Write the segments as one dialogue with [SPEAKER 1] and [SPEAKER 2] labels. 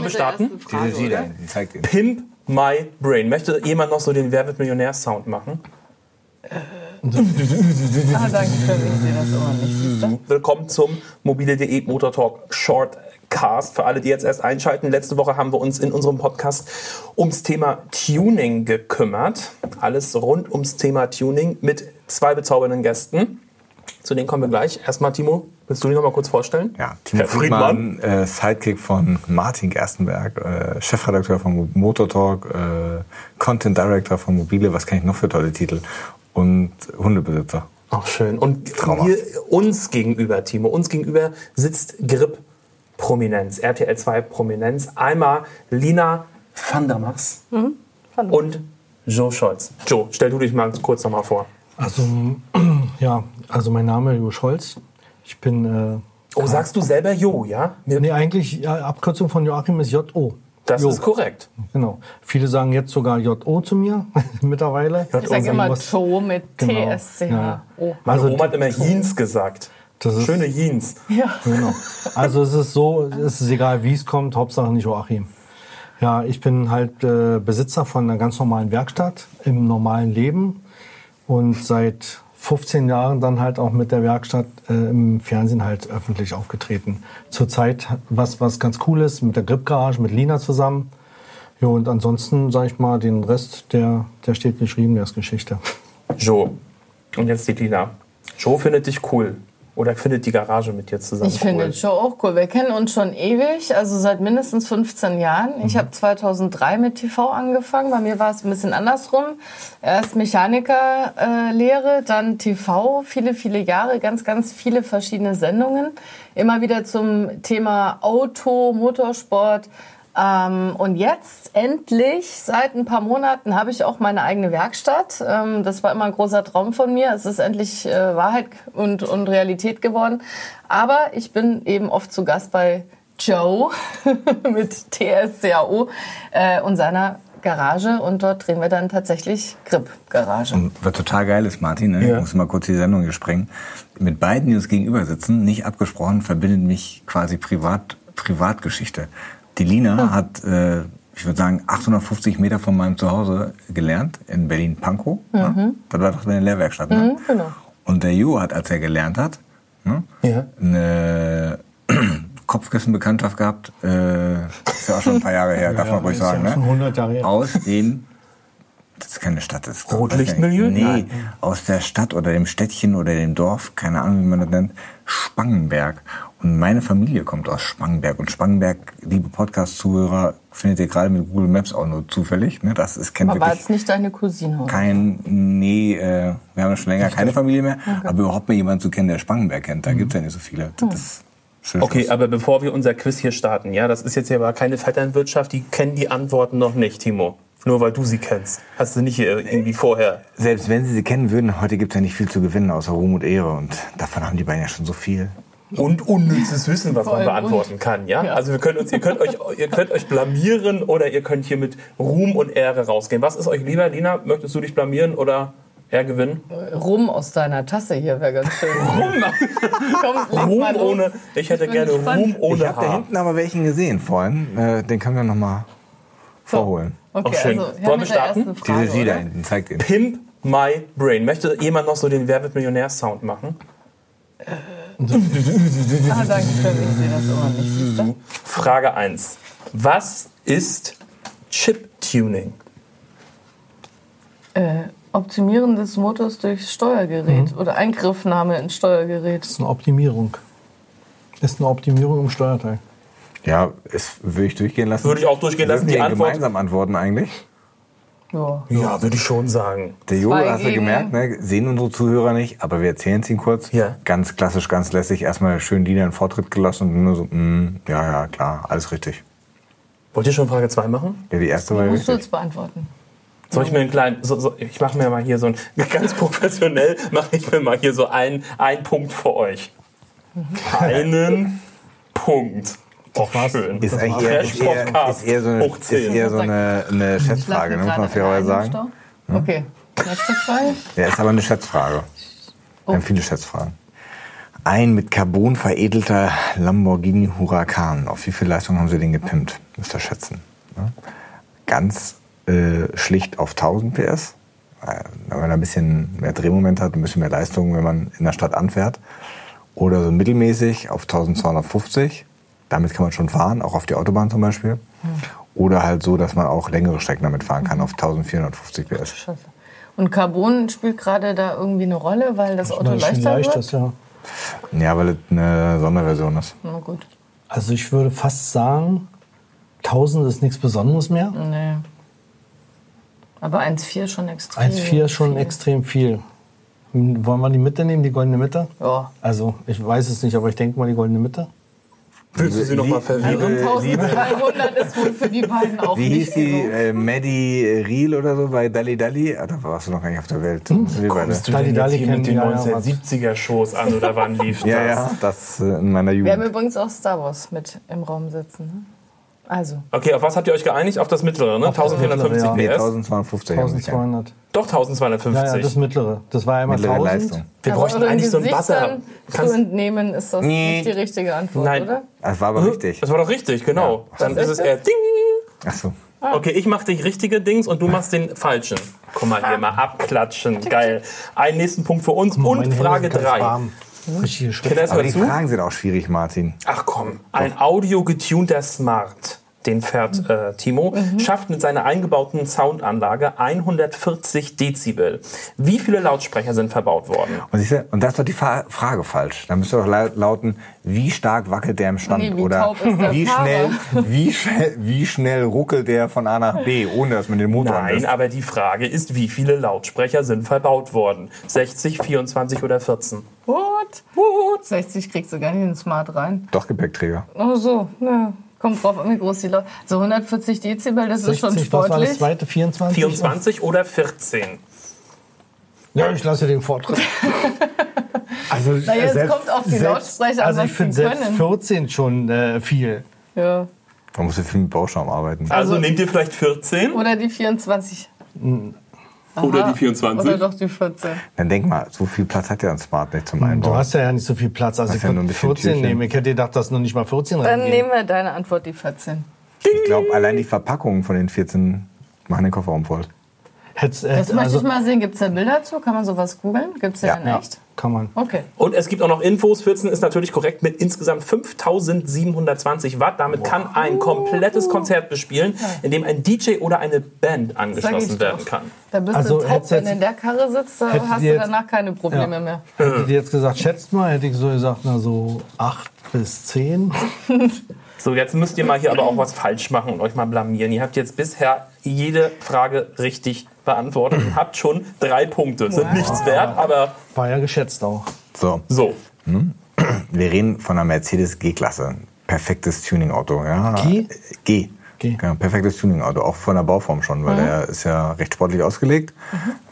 [SPEAKER 1] wir starten?
[SPEAKER 2] Frage,
[SPEAKER 3] Diese Siedler, die zeigt ihn.
[SPEAKER 1] Pimp My Brain. Möchte jemand noch so den Wer wird Millionär-Sound machen?
[SPEAKER 4] Ah, danke schön, ich sehe das immer nicht. siehst du?
[SPEAKER 1] Willkommen zum mobile.de Motor Talk Shortcast. Für alle, die jetzt erst einschalten, letzte Woche haben wir uns in unserem Podcast ums Thema Tuning gekümmert. Alles rund ums Thema Tuning mit zwei bezaubernden Gästen. Zu denen kommen wir gleich. Erstmal, Timo, willst du dich noch mal kurz vorstellen?
[SPEAKER 3] Ja, Timo
[SPEAKER 1] Herr Friedmann.
[SPEAKER 3] Friedmann, äh, Sidekick von Martin Gerstenberg, äh, Chefredakteur von Motor Talk, äh, Content Director von Mobile, was kann ich noch für tolle Titel? Und Hundebesitzer.
[SPEAKER 1] Auch schön. Und
[SPEAKER 3] Trauma.
[SPEAKER 1] hier uns gegenüber, Timo, uns gegenüber sitzt Grip Prominenz, RTL 2 Prominenz. Einmal Lina Vandermars
[SPEAKER 4] Mhm.
[SPEAKER 1] und Joe Scholz. Joe, stell du dich mal kurz nochmal vor.
[SPEAKER 5] Also, ja, also mein Name ist Jo Scholz. Ich bin, äh,
[SPEAKER 1] Oh, sagst du selber Jo, ja? Mir-
[SPEAKER 5] nee, eigentlich, ja, Abkürzung von Joachim ist J.O.
[SPEAKER 1] Das
[SPEAKER 5] Jo.
[SPEAKER 1] ist korrekt.
[SPEAKER 5] Genau. Viele sagen jetzt sogar J.O. zu mir mittlerweile.
[SPEAKER 1] J.O.
[SPEAKER 4] Ich sage immer
[SPEAKER 5] Was-
[SPEAKER 4] Joe mit
[SPEAKER 5] Genau.
[SPEAKER 4] T-S-C-H-O.
[SPEAKER 1] Meine
[SPEAKER 5] Also,
[SPEAKER 1] Oma hat immer Jeans gesagt.
[SPEAKER 5] Das ist-
[SPEAKER 1] Schöne Jeans.
[SPEAKER 4] Ja.
[SPEAKER 5] Genau. Also es ist so, es ist egal, wie es kommt, Hauptsache nicht Joachim. Ja, ich bin halt äh, Besitzer von einer ganz normalen Werkstatt im normalen Leben und seit 15 Jahren dann halt auch mit der Werkstatt äh, im Fernsehen halt öffentlich aufgetreten. Zurzeit was was ganz cool ist mit der Grip Garage mit Lina zusammen. Jo, und ansonsten sage ich mal, den Rest der der steht geschrieben, der ist Geschichte.
[SPEAKER 1] Joe. Und jetzt die Lina. Joe findet dich cool. Oder findet die Garage mit dir zusammen
[SPEAKER 4] Ich finde
[SPEAKER 1] cool.
[SPEAKER 4] Joe auch cool. Wir kennen uns schon ewig, also seit mindestens 15 Jahren. Ich habe 2003 mit TV angefangen. Bei mir war es ein bisschen andersrum. Erst Mechanikerlehre, äh, Lehre, dann TV, viele, viele Jahre, ganz, ganz viele verschiedene Sendungen. Immer wieder zum Thema Auto, Motorsport. Ähm, und jetzt endlich, seit ein paar Monaten, habe ich auch meine eigene Werkstatt. Ähm, das war immer ein großer Traum von mir. Es ist endlich äh, Wahrheit und, und Realität geworden. Aber ich bin eben oft zu Gast bei Joe mit TSCAO äh, und seiner Garage. Und dort drehen wir dann tatsächlich Grip-Garage.
[SPEAKER 3] Und was total geil ist, Martin, ne?
[SPEAKER 1] Ja.
[SPEAKER 3] ich muss mal kurz die Sendung hier sprengen. Mit beiden, die uns gegenüber sitzen, nicht abgesprochen, verbindet mich quasi Privat, Privatgeschichte. Die Lina
[SPEAKER 5] Oh.
[SPEAKER 3] hat, äh, ich würde sagen, 850 Meter von meinem Zuhause gelernt, in Berlin-Pankow.
[SPEAKER 5] Mhm.
[SPEAKER 3] Ne? Das war doch eine Lehrwerkstatt. Ne?
[SPEAKER 4] genau.
[SPEAKER 3] Und der Jo hat, als er gelernt hat, ne?
[SPEAKER 1] Ja.
[SPEAKER 3] eine Kopfkissenbekanntschaft gehabt, äh, ist ja auch schon ein paar Jahre her, darf man ruhig
[SPEAKER 5] ist ja
[SPEAKER 3] sagen.
[SPEAKER 5] schon
[SPEAKER 3] ne?
[SPEAKER 5] 100 Jahre her.
[SPEAKER 3] Aus dem das ist keine Stadt. Das ist
[SPEAKER 1] Rotlichtmilieu?
[SPEAKER 3] Nee,
[SPEAKER 1] Nein.
[SPEAKER 3] aus der Stadt oder dem Städtchen oder dem Dorf, keine Ahnung, wie man das nennt, Spangenberg. Und meine Familie kommt aus Spangenberg. Und Spangenberg, liebe Podcast-Zuhörer, findet ihr gerade mit Google Maps auch nur zufällig. Ne? Das ist, kennt
[SPEAKER 4] Aber
[SPEAKER 3] wirklich
[SPEAKER 4] jetzt nicht deine Cousine.
[SPEAKER 3] kein, nee, äh, wir haben schon länger keine Familie mehr. Aber überhaupt mal jemanden zu kennen, der Spangenberg kennt, da gibt's ja nicht so viele. Das ist schön.
[SPEAKER 1] Okay, aber bevor wir unser Quiz hier starten, ja, das ist jetzt hier aber keine Vetternwirtschaft, die kennen die Antworten noch nicht, Timo. Nur weil du sie kennst. Hast du nicht hier irgendwie vorher.
[SPEAKER 3] Selbst wenn sie sie kennen würden, heute gibt's ja nicht viel zu gewinnen, außer Ruhm und Ehre. Und davon haben die beiden ja schon so viel.
[SPEAKER 1] Und unnützes Wissen, was man
[SPEAKER 4] allem
[SPEAKER 1] beantworten kann, ja? Also wir können uns, ihr könnt euch, ihr könnt euch blamieren oder ihr könnt hier mit Ruhm und Ehre rausgehen. Was ist euch lieber, Lina? Möchtest du dich blamieren oder eher gewinnen?
[SPEAKER 4] Rum aus deiner Tasse hier wäre ganz schön. Komm, leg
[SPEAKER 1] Ruhm
[SPEAKER 4] mal los.
[SPEAKER 1] ohne, ich hätte
[SPEAKER 4] bin
[SPEAKER 1] gerne
[SPEAKER 4] gespannt.
[SPEAKER 1] Ruhm
[SPEAKER 3] Ich
[SPEAKER 1] ohne
[SPEAKER 3] habe da
[SPEAKER 1] Haar.
[SPEAKER 3] hinten aber welchen gesehen vorhin. Äh, den können wir nochmal vorholen.
[SPEAKER 4] Okay,
[SPEAKER 1] Auch schön.
[SPEAKER 4] also
[SPEAKER 1] Wollen
[SPEAKER 4] her
[SPEAKER 1] wir
[SPEAKER 4] mit der
[SPEAKER 1] starten?
[SPEAKER 4] ersten Frage.
[SPEAKER 1] also,
[SPEAKER 3] Sie da
[SPEAKER 4] oder?
[SPEAKER 3] hinten, zeigt ihn.
[SPEAKER 1] Pimp My Brain. Möchte jemand noch so den Wer wird Millionär-Sound machen?
[SPEAKER 4] Ah, danke schön, ich sehe das immer nicht. siehst du?
[SPEAKER 1] Frage 1. Was ist Chip-Tuning?
[SPEAKER 4] Äh, Optimieren des Motors durch Steuergerät
[SPEAKER 3] Mhm.
[SPEAKER 4] oder Eingriffnahme ins Steuergerät.
[SPEAKER 5] Ist eine Optimierung. Ist eine Optimierung im Steuerteil.
[SPEAKER 3] Ja, es würde ich durchgehen lassen.
[SPEAKER 1] Würde ich auch durchgehen lassen,
[SPEAKER 3] Dürfen
[SPEAKER 1] die
[SPEAKER 3] wir
[SPEAKER 1] Antwort-
[SPEAKER 3] gemeinsam antworten eigentlich.
[SPEAKER 4] Ja.
[SPEAKER 1] Ja, würde ich schon sagen.
[SPEAKER 3] Der Jo,
[SPEAKER 4] Zwei
[SPEAKER 3] hast du
[SPEAKER 4] gegen-
[SPEAKER 3] gemerkt, ne? sehen unsere Zuhörer nicht, aber wir erzählen es ihnen kurz.
[SPEAKER 1] Ja.
[SPEAKER 3] Ganz klassisch, ganz lässig. Erstmal schön Lina einen Vortritt gelassen und nur so, mm, ja, ja, klar, alles richtig.
[SPEAKER 1] Wollt ihr schon Frage 2 machen?
[SPEAKER 3] Ja, die erste war ja
[SPEAKER 4] Musst du
[SPEAKER 3] richtig.
[SPEAKER 4] jetzt beantworten.
[SPEAKER 1] Soll ich mir einen kleinen, so, so, ich mache mir mal hier so ein, ganz professionell mache ich mir mal hier so einen, einen Punkt für euch. Einen Punkt. Doch, schön.
[SPEAKER 3] Ist eigentlich eher,
[SPEAKER 1] Trash
[SPEAKER 3] ist eher,
[SPEAKER 1] Podcast
[SPEAKER 3] ist eher so eine,
[SPEAKER 1] hoch
[SPEAKER 3] ist
[SPEAKER 1] 10.
[SPEAKER 3] eher so eine, eine Schätzfrage,
[SPEAKER 4] Lachen
[SPEAKER 3] ne, muss
[SPEAKER 4] gerade
[SPEAKER 3] man fairerweise
[SPEAKER 4] alle
[SPEAKER 3] sagen.
[SPEAKER 4] Einstau- Okay, nächste Frage.
[SPEAKER 3] Ja, ist aber eine Schätzfrage. Wir haben viele Schätzfragen. Ein mit Carbon veredelter Lamborghini Huracan. Auf wie viel Leistung haben Sie den gepimpt? Müsst ihr schätzen. Ne? Ganz äh, schlicht auf 1000 PS. Äh, Wenn man ein bisschen mehr Drehmoment hat, ein bisschen mehr Leistung, wenn man in der Stadt anfährt. Oder so mittelmäßig auf 1250. Damit kann man schon fahren, auch auf die Autobahn zum Beispiel. Oder halt so, dass man auch längere Strecken damit fahren kann, auf 1450 PS.
[SPEAKER 4] Scheiße. Und Carbon spielt gerade da irgendwie eine Rolle, weil das Auto
[SPEAKER 5] Weil es schon
[SPEAKER 4] leichter
[SPEAKER 5] leicht
[SPEAKER 4] wird.
[SPEAKER 5] ist, ja.
[SPEAKER 3] Ja, weil das eine Sonderversion ist.
[SPEAKER 4] Na gut.
[SPEAKER 5] Also ich würde fast sagen, 1000 ist nichts Besonderes mehr.
[SPEAKER 4] Nee. Aber 1,4 schon extrem.
[SPEAKER 5] 1,4 ist schon
[SPEAKER 4] viel.
[SPEAKER 5] extrem viel. Hm, Wollen wir die Mitte nehmen, die goldene Mitte?
[SPEAKER 4] Ja.
[SPEAKER 5] Also ich weiß es nicht, aber ich denke mal die goldene Mitte.
[SPEAKER 1] Willst du sie nochmal
[SPEAKER 4] Also
[SPEAKER 1] verwirren?
[SPEAKER 4] 1200 ist wohl für die beiden auch
[SPEAKER 3] Wie hieß
[SPEAKER 4] nicht
[SPEAKER 3] die
[SPEAKER 4] genug.
[SPEAKER 3] äh, Maddie äh, Riel oder so bei Dalli Dalli? Ah, da warst du noch gar nicht auf der Welt. Wir beide.
[SPEAKER 1] Hm, Kommst du denn jetzt
[SPEAKER 5] Dalli
[SPEAKER 1] hier mit
[SPEAKER 5] kennen
[SPEAKER 1] den
[SPEAKER 5] wir ja,
[SPEAKER 1] 1970er-Shows an oder wann lief das?
[SPEAKER 3] Ja, ja, das äh, in meiner
[SPEAKER 4] Wir haben
[SPEAKER 3] Jugend.
[SPEAKER 4] übrigens auch Star Wars mit im Raum sitzen. Ne? Also,
[SPEAKER 1] Okay, auf was habt ihr euch geeinigt? Auf das mittlere, ne?
[SPEAKER 5] das
[SPEAKER 1] 1450
[SPEAKER 5] mittlere,
[SPEAKER 3] Nee,
[SPEAKER 1] PS?
[SPEAKER 3] 1250. haben wir nicht gehabt.
[SPEAKER 5] 1200.
[SPEAKER 1] Doch,
[SPEAKER 5] Ja, ja, das
[SPEAKER 1] 1250.
[SPEAKER 5] mittlere. Das war ja immer
[SPEAKER 3] Mittlere
[SPEAKER 5] 1000.
[SPEAKER 3] Leistung.
[SPEAKER 1] Wir
[SPEAKER 4] also
[SPEAKER 1] bräuchten
[SPEAKER 4] euren
[SPEAKER 1] eigentlich so einen Buzzer.
[SPEAKER 4] Gesichtern zu
[SPEAKER 1] Kannst-
[SPEAKER 4] entnehmen ist das
[SPEAKER 3] Nee.
[SPEAKER 4] nicht die richtige Antwort,
[SPEAKER 1] Nein.
[SPEAKER 4] oder?
[SPEAKER 3] Das Ah, war aber richtig.
[SPEAKER 1] Das war doch richtig, genau. Dann ist es eher Ding.
[SPEAKER 3] Achso.
[SPEAKER 5] Ah.
[SPEAKER 1] Okay, ich mach dich richtige Dings und du machst den falschen. Guck mal hier mal abklatschen. Geil. Einen nächsten Punkt für uns und
[SPEAKER 5] Meine
[SPEAKER 1] Frage
[SPEAKER 5] Hände sind ganz
[SPEAKER 1] 3.
[SPEAKER 5] warm.
[SPEAKER 4] Hm?
[SPEAKER 5] Richtige
[SPEAKER 1] Kinder,
[SPEAKER 5] Schrift.
[SPEAKER 1] jetzt
[SPEAKER 3] Aber
[SPEAKER 1] hör
[SPEAKER 3] die
[SPEAKER 1] zu.
[SPEAKER 3] Fragen sind auch schwierig, Martin.
[SPEAKER 1] Ach komm, ein audiogetunter Smart, den fährt äh, Timo,
[SPEAKER 5] Mhm.
[SPEAKER 1] schafft mit seiner eingebauten Soundanlage 140 Dezibel. Wie viele Lautsprecher sind verbaut worden?
[SPEAKER 3] Und, siehst du, und das ist doch die Fa Frage falsch. Da müsste doch lau- lauten, wie stark wackelt der im Stand?
[SPEAKER 4] Nee, wie
[SPEAKER 3] Oder
[SPEAKER 4] taub ist der
[SPEAKER 3] wie
[SPEAKER 4] Fahrer?
[SPEAKER 3] schnell, wie, schnell, wie schnell ruckelt der von A nach B, ohne dass man den Motor
[SPEAKER 1] Nein,
[SPEAKER 3] anlässt?
[SPEAKER 1] aber die Frage ist, wie viele Lautsprecher sind verbaut worden? 60, 24 oder 14?
[SPEAKER 4] What? What? 60 kriegst du gar nicht in den Smart rein.
[SPEAKER 3] Doch Gepäckträger.
[SPEAKER 4] Oh so, ne. Kommt drauf an, wie groß die Leute. So 140 Dezibel, das ist schon
[SPEAKER 5] 60, was war das
[SPEAKER 4] sportlich.
[SPEAKER 5] zweite? 24?
[SPEAKER 1] 24 oder 14?
[SPEAKER 5] Ja, ich lasse den Vortritt. also,
[SPEAKER 4] jetzt kommt auf die Lautsprecher an,
[SPEAKER 5] Also
[SPEAKER 4] was
[SPEAKER 5] ich finde
[SPEAKER 4] die
[SPEAKER 5] selbst
[SPEAKER 4] können.
[SPEAKER 5] 14 schon äh, viel.
[SPEAKER 4] Ja.
[SPEAKER 3] Da musst du viel mit Bauschaum arbeiten.
[SPEAKER 1] Also, nehmt ihr vielleicht 14
[SPEAKER 4] Oder die 24.
[SPEAKER 1] oder die
[SPEAKER 4] Oder
[SPEAKER 1] 24?
[SPEAKER 4] doch die 14.
[SPEAKER 3] Dann denk mal, so viel Platz hat ja ein Smart nicht zum Einbauen.
[SPEAKER 5] Hm, Du hast ja ja nicht so viel Platz. Also
[SPEAKER 3] Hast
[SPEAKER 5] ich
[SPEAKER 3] ja nur ein
[SPEAKER 5] würde
[SPEAKER 3] bisschen
[SPEAKER 5] 14
[SPEAKER 3] Türchen.
[SPEAKER 5] nehmen. Ich hätte gedacht, dass noch nicht mal 14
[SPEAKER 4] Dann
[SPEAKER 5] reingehen.
[SPEAKER 4] nehmen wir deine Antwort, die 14.
[SPEAKER 3] Ich glaube, allein die Verpackungen von den 14 machen den Kofferraum voll.
[SPEAKER 5] Hätt's, äh,
[SPEAKER 4] Das möchte
[SPEAKER 5] also-
[SPEAKER 4] ich mal sehen. Gibt es da Bilder zu? Kann man sowas googeln? Gibt es
[SPEAKER 3] Ja.
[SPEAKER 4] ja in
[SPEAKER 5] ja,
[SPEAKER 4] echt?
[SPEAKER 5] kann man.
[SPEAKER 4] Okay.
[SPEAKER 1] Und es gibt auch noch Infos. 14 ist natürlich korrekt mit insgesamt 5720 Watt. Damit kann ein komplettes Konzert bespielen, in dem ein DJ oder eine Band
[SPEAKER 4] Sag
[SPEAKER 1] angeschlossen
[SPEAKER 4] ich
[SPEAKER 1] werden
[SPEAKER 4] doch.
[SPEAKER 1] kann.
[SPEAKER 4] Da bist
[SPEAKER 5] Also,
[SPEAKER 4] du
[SPEAKER 5] hättest
[SPEAKER 4] top,
[SPEAKER 5] du
[SPEAKER 4] wenn
[SPEAKER 5] jetzt-
[SPEAKER 4] du in der Karre sitzt, da
[SPEAKER 5] hättest
[SPEAKER 4] hast
[SPEAKER 5] du
[SPEAKER 4] du
[SPEAKER 5] jetzt-
[SPEAKER 4] danach keine Probleme
[SPEAKER 5] Ja.
[SPEAKER 4] mehr.
[SPEAKER 5] Hätte die jetzt gesagt, schätzt mal, hätte ich so gesagt, na so 8 bis 10.
[SPEAKER 1] So, jetzt müsst ihr mal hier aber auch was falsch machen und euch mal blamieren. Ihr habt jetzt bisher jede Frage richtig beantwortet und habt schon drei Punkte. Sind nichts wert, aber
[SPEAKER 5] War ja geschätzt auch.
[SPEAKER 3] So,
[SPEAKER 1] so.
[SPEAKER 3] wir reden von einer Mercedes G-Klasse. Perfektes Tuning-Auto, ja.
[SPEAKER 5] G?
[SPEAKER 3] G.
[SPEAKER 5] G. Mhm.
[SPEAKER 3] Genau, perfektes Tuning-Auto, auch von der Bauform schon, weil der ist ja recht sportlich ausgelegt.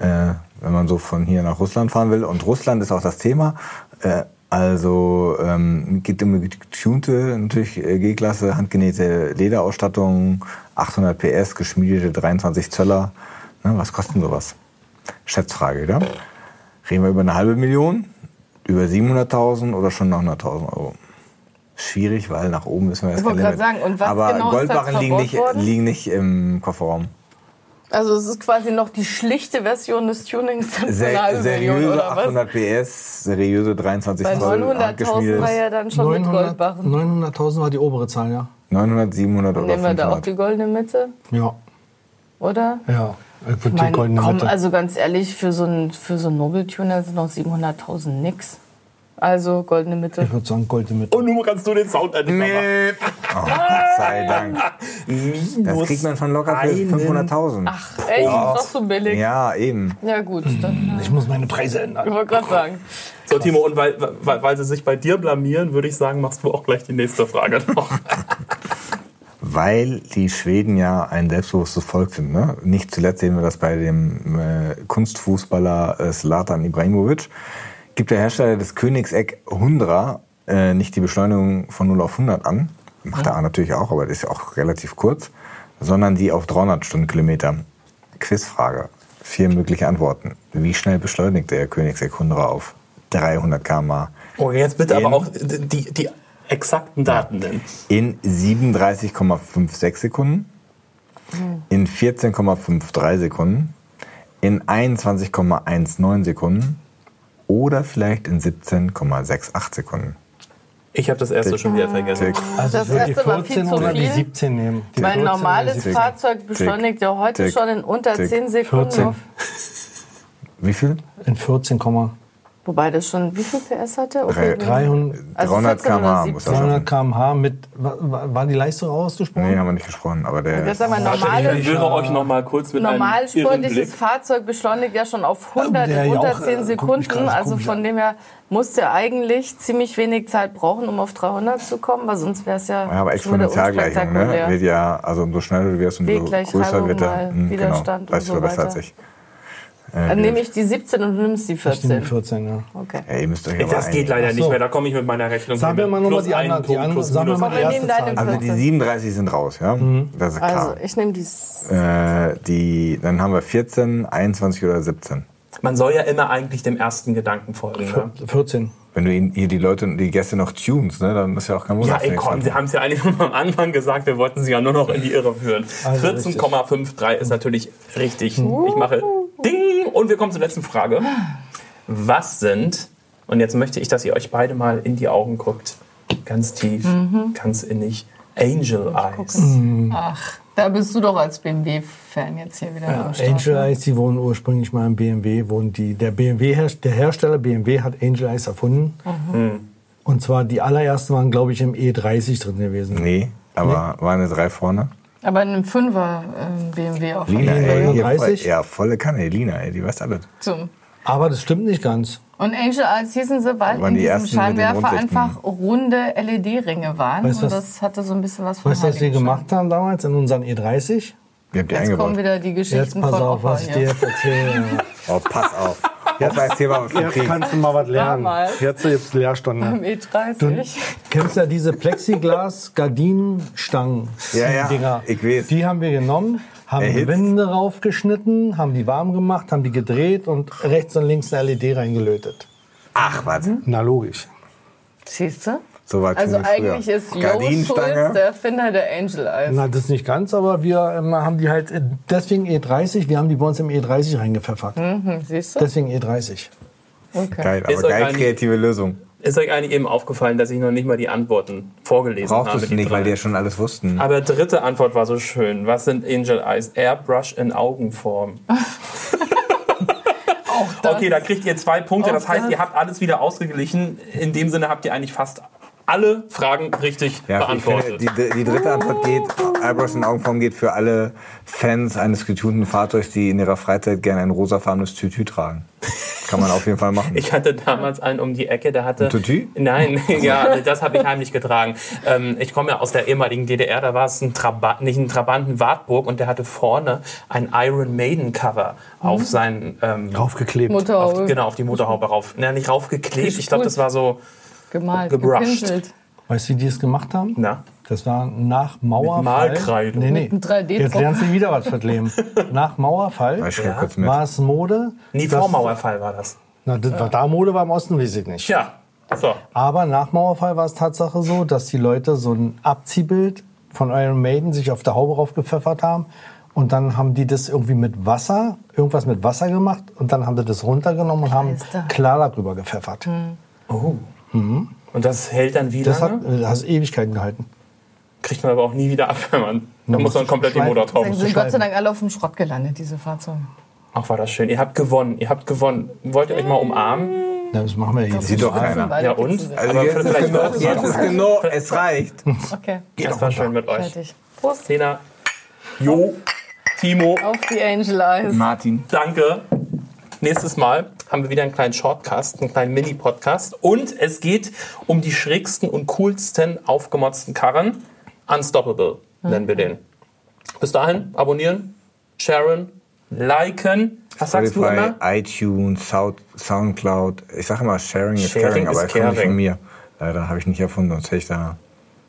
[SPEAKER 3] Äh, wenn man so von hier nach Russland fahren will. Und Russland ist auch das Thema. Äh, also ähm, geht um eine getunte, natürlich äh, G-Klasse, handgenähte Lederausstattung, 800 PS, geschmiedete 23 Zöller. Ne, was kosten sowas? Schätzfrage, ja? Reden wir über eine halbe Million, über 700.000 oder schon noch 100.000 Euro? Schwierig, weil nach oben ist man jetzt
[SPEAKER 4] Ich wollte gerade sagen, und was
[SPEAKER 3] Aber
[SPEAKER 4] genau ist da
[SPEAKER 3] Goldbarren liegen,
[SPEAKER 4] verbaut
[SPEAKER 3] nicht,
[SPEAKER 4] worden?
[SPEAKER 3] liegen nicht im Kofferraum.
[SPEAKER 4] Also es ist quasi noch die schlichte Version des Tunings von einer
[SPEAKER 3] Ser
[SPEAKER 4] halben Million
[SPEAKER 3] seriöse
[SPEAKER 4] oder was?
[SPEAKER 3] 800 PS, seriöse 23
[SPEAKER 4] Bei
[SPEAKER 3] Zoll,
[SPEAKER 4] 900.000 war
[SPEAKER 3] handgeschmiedetes.
[SPEAKER 4] ja dann schon mit
[SPEAKER 5] 900
[SPEAKER 4] Goldbarren.
[SPEAKER 5] 900.000 war die obere Zahl, ja.
[SPEAKER 3] 900, 700 oder
[SPEAKER 4] Nehmen wir da auch
[SPEAKER 3] 500.
[SPEAKER 4] die goldene Mitte,
[SPEAKER 5] Ja,
[SPEAKER 4] oder?
[SPEAKER 5] ja. Ich würde die
[SPEAKER 4] Mein,
[SPEAKER 5] goldene
[SPEAKER 4] komm,
[SPEAKER 5] Mitte.
[SPEAKER 4] also ganz ehrlich, für so einen für so einen Nobel-Tuner sind noch 700.000 nix. Also goldene Mitte.
[SPEAKER 5] Ich würde sagen, goldene Mitte.
[SPEAKER 1] Und nun kannst du den Sound endlich mal machen.
[SPEAKER 3] Oh, Gott sei Dank. Das
[SPEAKER 1] Minus
[SPEAKER 3] kriegt man schon locker für
[SPEAKER 1] einen.
[SPEAKER 3] 500.000.
[SPEAKER 4] Ach, echt? Ist doch so billig.
[SPEAKER 3] Ja,
[SPEAKER 4] Ja,
[SPEAKER 3] eben.
[SPEAKER 4] gut, dann
[SPEAKER 5] Ich muss meine Preise ändern.
[SPEAKER 4] ich wollte gerade sagen.
[SPEAKER 1] So, Timo, und weil, weil, weil sie sich bei dir blamieren, würde ich sagen, machst du auch gleich die nächste Frage noch.
[SPEAKER 3] Weil die Schweden ja ein selbstbewusstes Volk sind. Ne? Nicht zuletzt sehen wir das bei dem äh, Kunstfußballer äh, Zlatan Ibrahimovic. Gibt der Hersteller des Königseck 100 äh, nicht die Beschleunigung von 0 auf 100 an? Macht er natürlich auch, aber das ist ja auch relativ kurz. Sondern die auf 300 Stundenkilometer. Quizfrage. Vier mögliche Antworten. Wie schnell beschleunigt der Königseck 100 auf 300 km
[SPEAKER 1] Oh, jetzt bitte
[SPEAKER 3] Eben.
[SPEAKER 1] aber auch die, die exakten Daten nennen.
[SPEAKER 3] In 37,56 Sekunden.
[SPEAKER 4] Hm.
[SPEAKER 3] In 14,53 Sekunden. In 21,19 Sekunden. Oder vielleicht in 17,68 Sekunden.
[SPEAKER 1] Ich habe das erste schon wieder vergessen.
[SPEAKER 5] Also
[SPEAKER 4] Das
[SPEAKER 5] ich würde die
[SPEAKER 4] erste war
[SPEAKER 5] 14
[SPEAKER 4] viel zu
[SPEAKER 5] oder die
[SPEAKER 4] viel.
[SPEAKER 5] 17 nehmen. Die 14
[SPEAKER 4] Mein
[SPEAKER 5] oder die
[SPEAKER 4] normales
[SPEAKER 5] 17.
[SPEAKER 4] Fahrzeug beschleunigt ja heute
[SPEAKER 3] tick,
[SPEAKER 4] schon in unter
[SPEAKER 3] tick,
[SPEAKER 4] 10 Sekunden.
[SPEAKER 5] 14.
[SPEAKER 4] Auf,
[SPEAKER 3] Wie viel?
[SPEAKER 5] In 14, Komma
[SPEAKER 4] wobei das schon, wie viel PS hatte?
[SPEAKER 3] Drei-
[SPEAKER 4] wir-
[SPEAKER 5] 300
[SPEAKER 4] Also
[SPEAKER 3] 300
[SPEAKER 4] 14 oder
[SPEAKER 3] km/h muss er
[SPEAKER 5] 300
[SPEAKER 3] schaffen.
[SPEAKER 5] km/h mit. wa- wa- War die Leistung ausgesprochen?
[SPEAKER 3] Nee, haben wir nicht gesprochen, aber der.
[SPEAKER 4] Jetzt sagen wir
[SPEAKER 1] Ich
[SPEAKER 4] normales.
[SPEAKER 1] höre euch noch mal kurz mit
[SPEAKER 4] Normal
[SPEAKER 1] einem irren Blick.
[SPEAKER 4] sportliches Fahrzeug beschleunigt ja schon auf 100
[SPEAKER 5] Der
[SPEAKER 4] in
[SPEAKER 5] ja
[SPEAKER 4] unter
[SPEAKER 5] auch, äh,
[SPEAKER 4] 10
[SPEAKER 5] guck mich
[SPEAKER 4] Sekunden.
[SPEAKER 5] krass,
[SPEAKER 4] also
[SPEAKER 5] guck mich
[SPEAKER 4] von
[SPEAKER 5] an.
[SPEAKER 4] dem her musste er eigentlich ziemlich wenig Zeit brauchen, um auf 300 zu kommen, weil sonst wäre es
[SPEAKER 3] Ja,
[SPEAKER 4] ja,
[SPEAKER 3] aber
[SPEAKER 4] schon wieder
[SPEAKER 3] Exponentialgleichung, ne?
[SPEAKER 4] unspektakulär.
[SPEAKER 3] Wird ja, also umso schneller du wirst, umso
[SPEAKER 4] W gleich
[SPEAKER 3] größer
[SPEAKER 4] Reibung
[SPEAKER 3] wird
[SPEAKER 4] mal
[SPEAKER 3] der. Hm, Genau,
[SPEAKER 4] Widerstand und
[SPEAKER 3] weißt du
[SPEAKER 4] so
[SPEAKER 3] besser als
[SPEAKER 4] weiter.
[SPEAKER 3] ich. Äh,
[SPEAKER 4] Dann
[SPEAKER 3] wie-
[SPEAKER 4] nehme ich die 17 und du nimmst die
[SPEAKER 5] Ich nehme die
[SPEAKER 4] 14.
[SPEAKER 5] 14, ja.
[SPEAKER 4] Okay.
[SPEAKER 3] ja, ihr müsst euch aber
[SPEAKER 1] Das geht
[SPEAKER 3] einigen.
[SPEAKER 1] leider
[SPEAKER 5] so.
[SPEAKER 1] nicht mehr, da komme ich mit meiner Rechnung
[SPEAKER 5] Sag
[SPEAKER 1] hin.
[SPEAKER 5] mir mal
[SPEAKER 1] Plus
[SPEAKER 5] nochmal die
[SPEAKER 1] einen
[SPEAKER 5] anderen. Die
[SPEAKER 1] Punkt,
[SPEAKER 5] anderen
[SPEAKER 1] plus
[SPEAKER 5] sag mir
[SPEAKER 1] minus.
[SPEAKER 5] mal die
[SPEAKER 4] minus.
[SPEAKER 5] erste
[SPEAKER 4] Wir nehmen deine
[SPEAKER 5] Zahl.
[SPEAKER 3] Also die 37 sind raus, ja?
[SPEAKER 1] Mhm.
[SPEAKER 3] Das ist klar.
[SPEAKER 4] Also ich nehme die. s-
[SPEAKER 3] Äh, die, dann haben wir 14, 21 oder 17.
[SPEAKER 1] Man soll ja immer eigentlich dem ersten Gedanken folgen. Ne?
[SPEAKER 5] 14.
[SPEAKER 3] Wenn du ihn, hier die Leute und die Gäste noch tunst, ne, dann ist ja auch kein Wunder.
[SPEAKER 1] Ja,
[SPEAKER 3] dass
[SPEAKER 1] ey,
[SPEAKER 3] wir nichts
[SPEAKER 1] komm, sie
[SPEAKER 3] hatten.
[SPEAKER 1] haben es ja eigentlich schon am Anfang gesagt, wir wollten sie ja nur noch in die Irre führen.
[SPEAKER 5] Also
[SPEAKER 1] 14,53 ist natürlich richtig. Ich mache Ding und wir kommen zur letzten Frage. Was sind, und jetzt möchte ich, dass ihr euch beide mal in die Augen guckt, ganz tief, ganz innig, Angel Eyes.
[SPEAKER 4] Ach, da bist du doch als BMW-Fan jetzt hier wieder am Start.
[SPEAKER 5] Angel Eyes, die wurden ursprünglich mal im BMW, wurden die, der BMW, -Herst der Hersteller BMW hat Angel Eyes erfunden.
[SPEAKER 2] Mhm.
[SPEAKER 5] Und zwar die allerersten waren, glaube ich, im E30 drin gewesen.
[SPEAKER 3] Nee, aber war eine 3 vorne.
[SPEAKER 4] Aber in einem 5er ähm, BMW auf
[SPEAKER 3] Lina, ey,
[SPEAKER 5] jeden Fall
[SPEAKER 3] hier voll,
[SPEAKER 5] 30.
[SPEAKER 3] ja, volle Kanne, Lina, ey, die weiß alles.
[SPEAKER 4] Zoom.
[SPEAKER 5] Aber das stimmt nicht ganz.
[SPEAKER 4] Und Angel Eyes hießen sie, weil
[SPEAKER 3] Waren die
[SPEAKER 4] in diesem
[SPEAKER 3] ersten mit den
[SPEAKER 4] Scheinwerfer
[SPEAKER 3] Rundlichten.
[SPEAKER 4] einfach runde LED-Ringe waren.
[SPEAKER 5] Weißt du,
[SPEAKER 4] und
[SPEAKER 5] was-
[SPEAKER 4] das hatte so ein bisschen was von
[SPEAKER 5] Weißt du, was wir
[SPEAKER 4] Heiligenschein.
[SPEAKER 5] gemacht haben damals in unseren E30?
[SPEAKER 3] Wir haben die
[SPEAKER 4] Jetzt kommen
[SPEAKER 3] eingebaut.
[SPEAKER 4] wieder die
[SPEAKER 5] Jetzt
[SPEAKER 4] Geschichten
[SPEAKER 5] pass
[SPEAKER 4] von
[SPEAKER 5] auf,
[SPEAKER 4] Opa
[SPEAKER 5] was ich dir
[SPEAKER 4] hier.
[SPEAKER 5] jetzt erzähle.
[SPEAKER 3] Oh, pass auf. Jetzt erzähl mal was vom
[SPEAKER 2] Jetzt
[SPEAKER 3] Krieg.
[SPEAKER 2] kannst du mal was lernen.
[SPEAKER 4] Damals.
[SPEAKER 2] Jetzt gibt's Lehrstunde.
[SPEAKER 4] Im E30.
[SPEAKER 5] Kennst du ja diese Plexiglas-Gardinenstangen?
[SPEAKER 3] Ja, ja,
[SPEAKER 5] Dinger.
[SPEAKER 3] ich weiß.
[SPEAKER 5] Die haben wir genommen, haben
[SPEAKER 3] Erhitzt.
[SPEAKER 5] Wände raufgeschnitten, haben die warm gemacht, haben die gedreht und rechts und links eine LED reingelötet.
[SPEAKER 3] Ach, was.
[SPEAKER 1] Mhm.
[SPEAKER 2] Na logisch.
[SPEAKER 4] Siehst du?
[SPEAKER 3] So war
[SPEAKER 4] Also
[SPEAKER 3] tun wir früher.
[SPEAKER 4] eigentlich ist Jo Schulz
[SPEAKER 3] Gardinenstange.
[SPEAKER 4] der Erfinder der Angel Eyes.
[SPEAKER 5] Na, das nicht ganz, aber wir ähm, haben die halt äh, deswegen E30, wir haben die bei uns im E30 reingepfeffert.
[SPEAKER 4] Hm, Siehst du?
[SPEAKER 5] Deswegen E E30.
[SPEAKER 4] Okay.
[SPEAKER 3] Geil, aber
[SPEAKER 1] Ist euch
[SPEAKER 3] geil
[SPEAKER 1] ein-
[SPEAKER 3] kreative Lösung.
[SPEAKER 1] Ist euch eigentlich eben aufgefallen, dass ich noch nicht mal die Antworten vorgelesen
[SPEAKER 3] Brauchst du
[SPEAKER 1] habe?
[SPEAKER 3] es
[SPEAKER 1] die
[SPEAKER 3] nicht,
[SPEAKER 1] drei?
[SPEAKER 3] weil die ja schon alles wussten.
[SPEAKER 1] Aber dritte Antwort war so schön. Was sind Angel Eyes? Airbrush in Augenform. okay, da kriegt ihr zwei Punkte.
[SPEAKER 4] Auch
[SPEAKER 1] Das heißt,
[SPEAKER 4] das.
[SPEAKER 1] ihr habt alles wieder ausgeglichen. In dem Sinne habt ihr eigentlich fast alle Fragen richtig
[SPEAKER 3] Ja, ich finde,
[SPEAKER 1] beantwortet.
[SPEAKER 3] die, die dritte Antwort geht, Eyebrows in Augenform geht für alle Fans eines getunten Fahrzeugs, die in ihrer Freizeit gerne ein rosafarbenes Tütü tragen. Kann man auf jeden Fall machen.
[SPEAKER 1] Ich hatte damals einen um die Ecke, der hatte.
[SPEAKER 3] Tutti?
[SPEAKER 1] Nein, ja, das habe ich heimlich getragen. Ähm, ich komme ja aus der ehemaligen DDR, da war es ein Trabant, nicht ein Trabant, ein Wartburg und der hatte vorne ein Iron Maiden Cover
[SPEAKER 4] Mhm.
[SPEAKER 1] auf seinen, ähm,
[SPEAKER 2] Draufgeklebt.
[SPEAKER 1] auf,
[SPEAKER 4] Motorhaube
[SPEAKER 1] genau, auf die Motorhaube rauf. Na, nicht raufgeklebt, ich glaube, das war so,
[SPEAKER 4] gemalt,
[SPEAKER 1] gebrushed.
[SPEAKER 4] gepinselt.
[SPEAKER 5] Weißt du, wie die es gemacht haben?
[SPEAKER 1] na,
[SPEAKER 5] Das war nach Mauerfall.
[SPEAKER 1] Mit Malkreide.
[SPEAKER 5] Nee, nee.
[SPEAKER 4] einem 3D-Drucker.
[SPEAKER 5] Jetzt lernst du wieder was für das Leben. Nach Mauerfall
[SPEAKER 3] Ich schreibe kurz mit.
[SPEAKER 5] war es Mode.
[SPEAKER 1] nie
[SPEAKER 5] dass-
[SPEAKER 1] Vormauerfall war das.
[SPEAKER 5] Na, das war da Mode, war im Osten, weiß ich nicht.
[SPEAKER 1] Tja, so.
[SPEAKER 5] Aber nach Mauerfall war es Tatsache so, dass die Leute so ein Abziehbild von Iron Maiden sich auf der Haube raufgepfeffert haben. Und dann haben die das irgendwie mit Wasser, irgendwas mit Wasser gemacht. Und dann haben die das runtergenommen und haben
[SPEAKER 4] Scheiße.
[SPEAKER 5] klar darüber gepfeffert.
[SPEAKER 1] Oh. Und das hält dann wie
[SPEAKER 5] Das
[SPEAKER 1] lange?
[SPEAKER 5] hat, äh, das hat Ewigkeiten gehalten.
[SPEAKER 1] Kriegt man aber auch nie wieder ab, wenn man. Da muss man komplett den
[SPEAKER 5] schleifen.
[SPEAKER 1] Motor
[SPEAKER 4] Dann
[SPEAKER 1] drauf.
[SPEAKER 4] sind Gott sei
[SPEAKER 5] schreiben.
[SPEAKER 4] Dank alle auf dem Schrott gelandet, diese Fahrzeuge.
[SPEAKER 1] Ach, war das schön. Ihr habt gewonnen. Ihr habt gewonnen. Wollt ihr euch mal umarmen?
[SPEAKER 5] Na, Das machen wir jetzt.
[SPEAKER 3] Sieht doch
[SPEAKER 4] Sind
[SPEAKER 3] keiner.
[SPEAKER 4] beide
[SPEAKER 1] Ja,
[SPEAKER 4] viel
[SPEAKER 1] und?
[SPEAKER 4] zu sehr.
[SPEAKER 3] Also
[SPEAKER 1] Aber
[SPEAKER 3] jetzt ist
[SPEAKER 1] vielleicht
[SPEAKER 3] genug,
[SPEAKER 1] doch-
[SPEAKER 3] jetzt ist genug, es reicht.
[SPEAKER 4] Okay,
[SPEAKER 1] Das war schön mit euch.
[SPEAKER 4] fertig. Prost.
[SPEAKER 1] Lena, Jo, Timo,
[SPEAKER 4] Auf die Angel Eyes.
[SPEAKER 3] Martin.
[SPEAKER 1] danke. Nächstes Mal haben wir wieder einen kleinen Shortcast, einen kleinen Mini-Podcast. Und es geht um die schrägsten und coolsten aufgemotzten Karren. Unstoppable nennen wir den. Bis dahin, abonnieren, sharen, liken. Was sagst du
[SPEAKER 3] Spotify,
[SPEAKER 1] immer?
[SPEAKER 3] iTunes, Sound, Soundcloud. Ich sage immer, Sharing is
[SPEAKER 1] Sharing
[SPEAKER 3] Caring,
[SPEAKER 1] is
[SPEAKER 3] aber das kommt nicht
[SPEAKER 1] caring.
[SPEAKER 3] von mir. Leider habe ich nicht erfunden, sonst hätte ich da...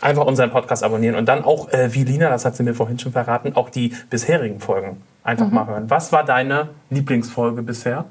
[SPEAKER 1] Einfach unseren Podcast abonnieren und dann auch, äh, wie Lina, das hat sie mir vorhin schon verraten, auch die bisherigen Folgen einfach mal hören. Was war deine Lieblingsfolge bisher?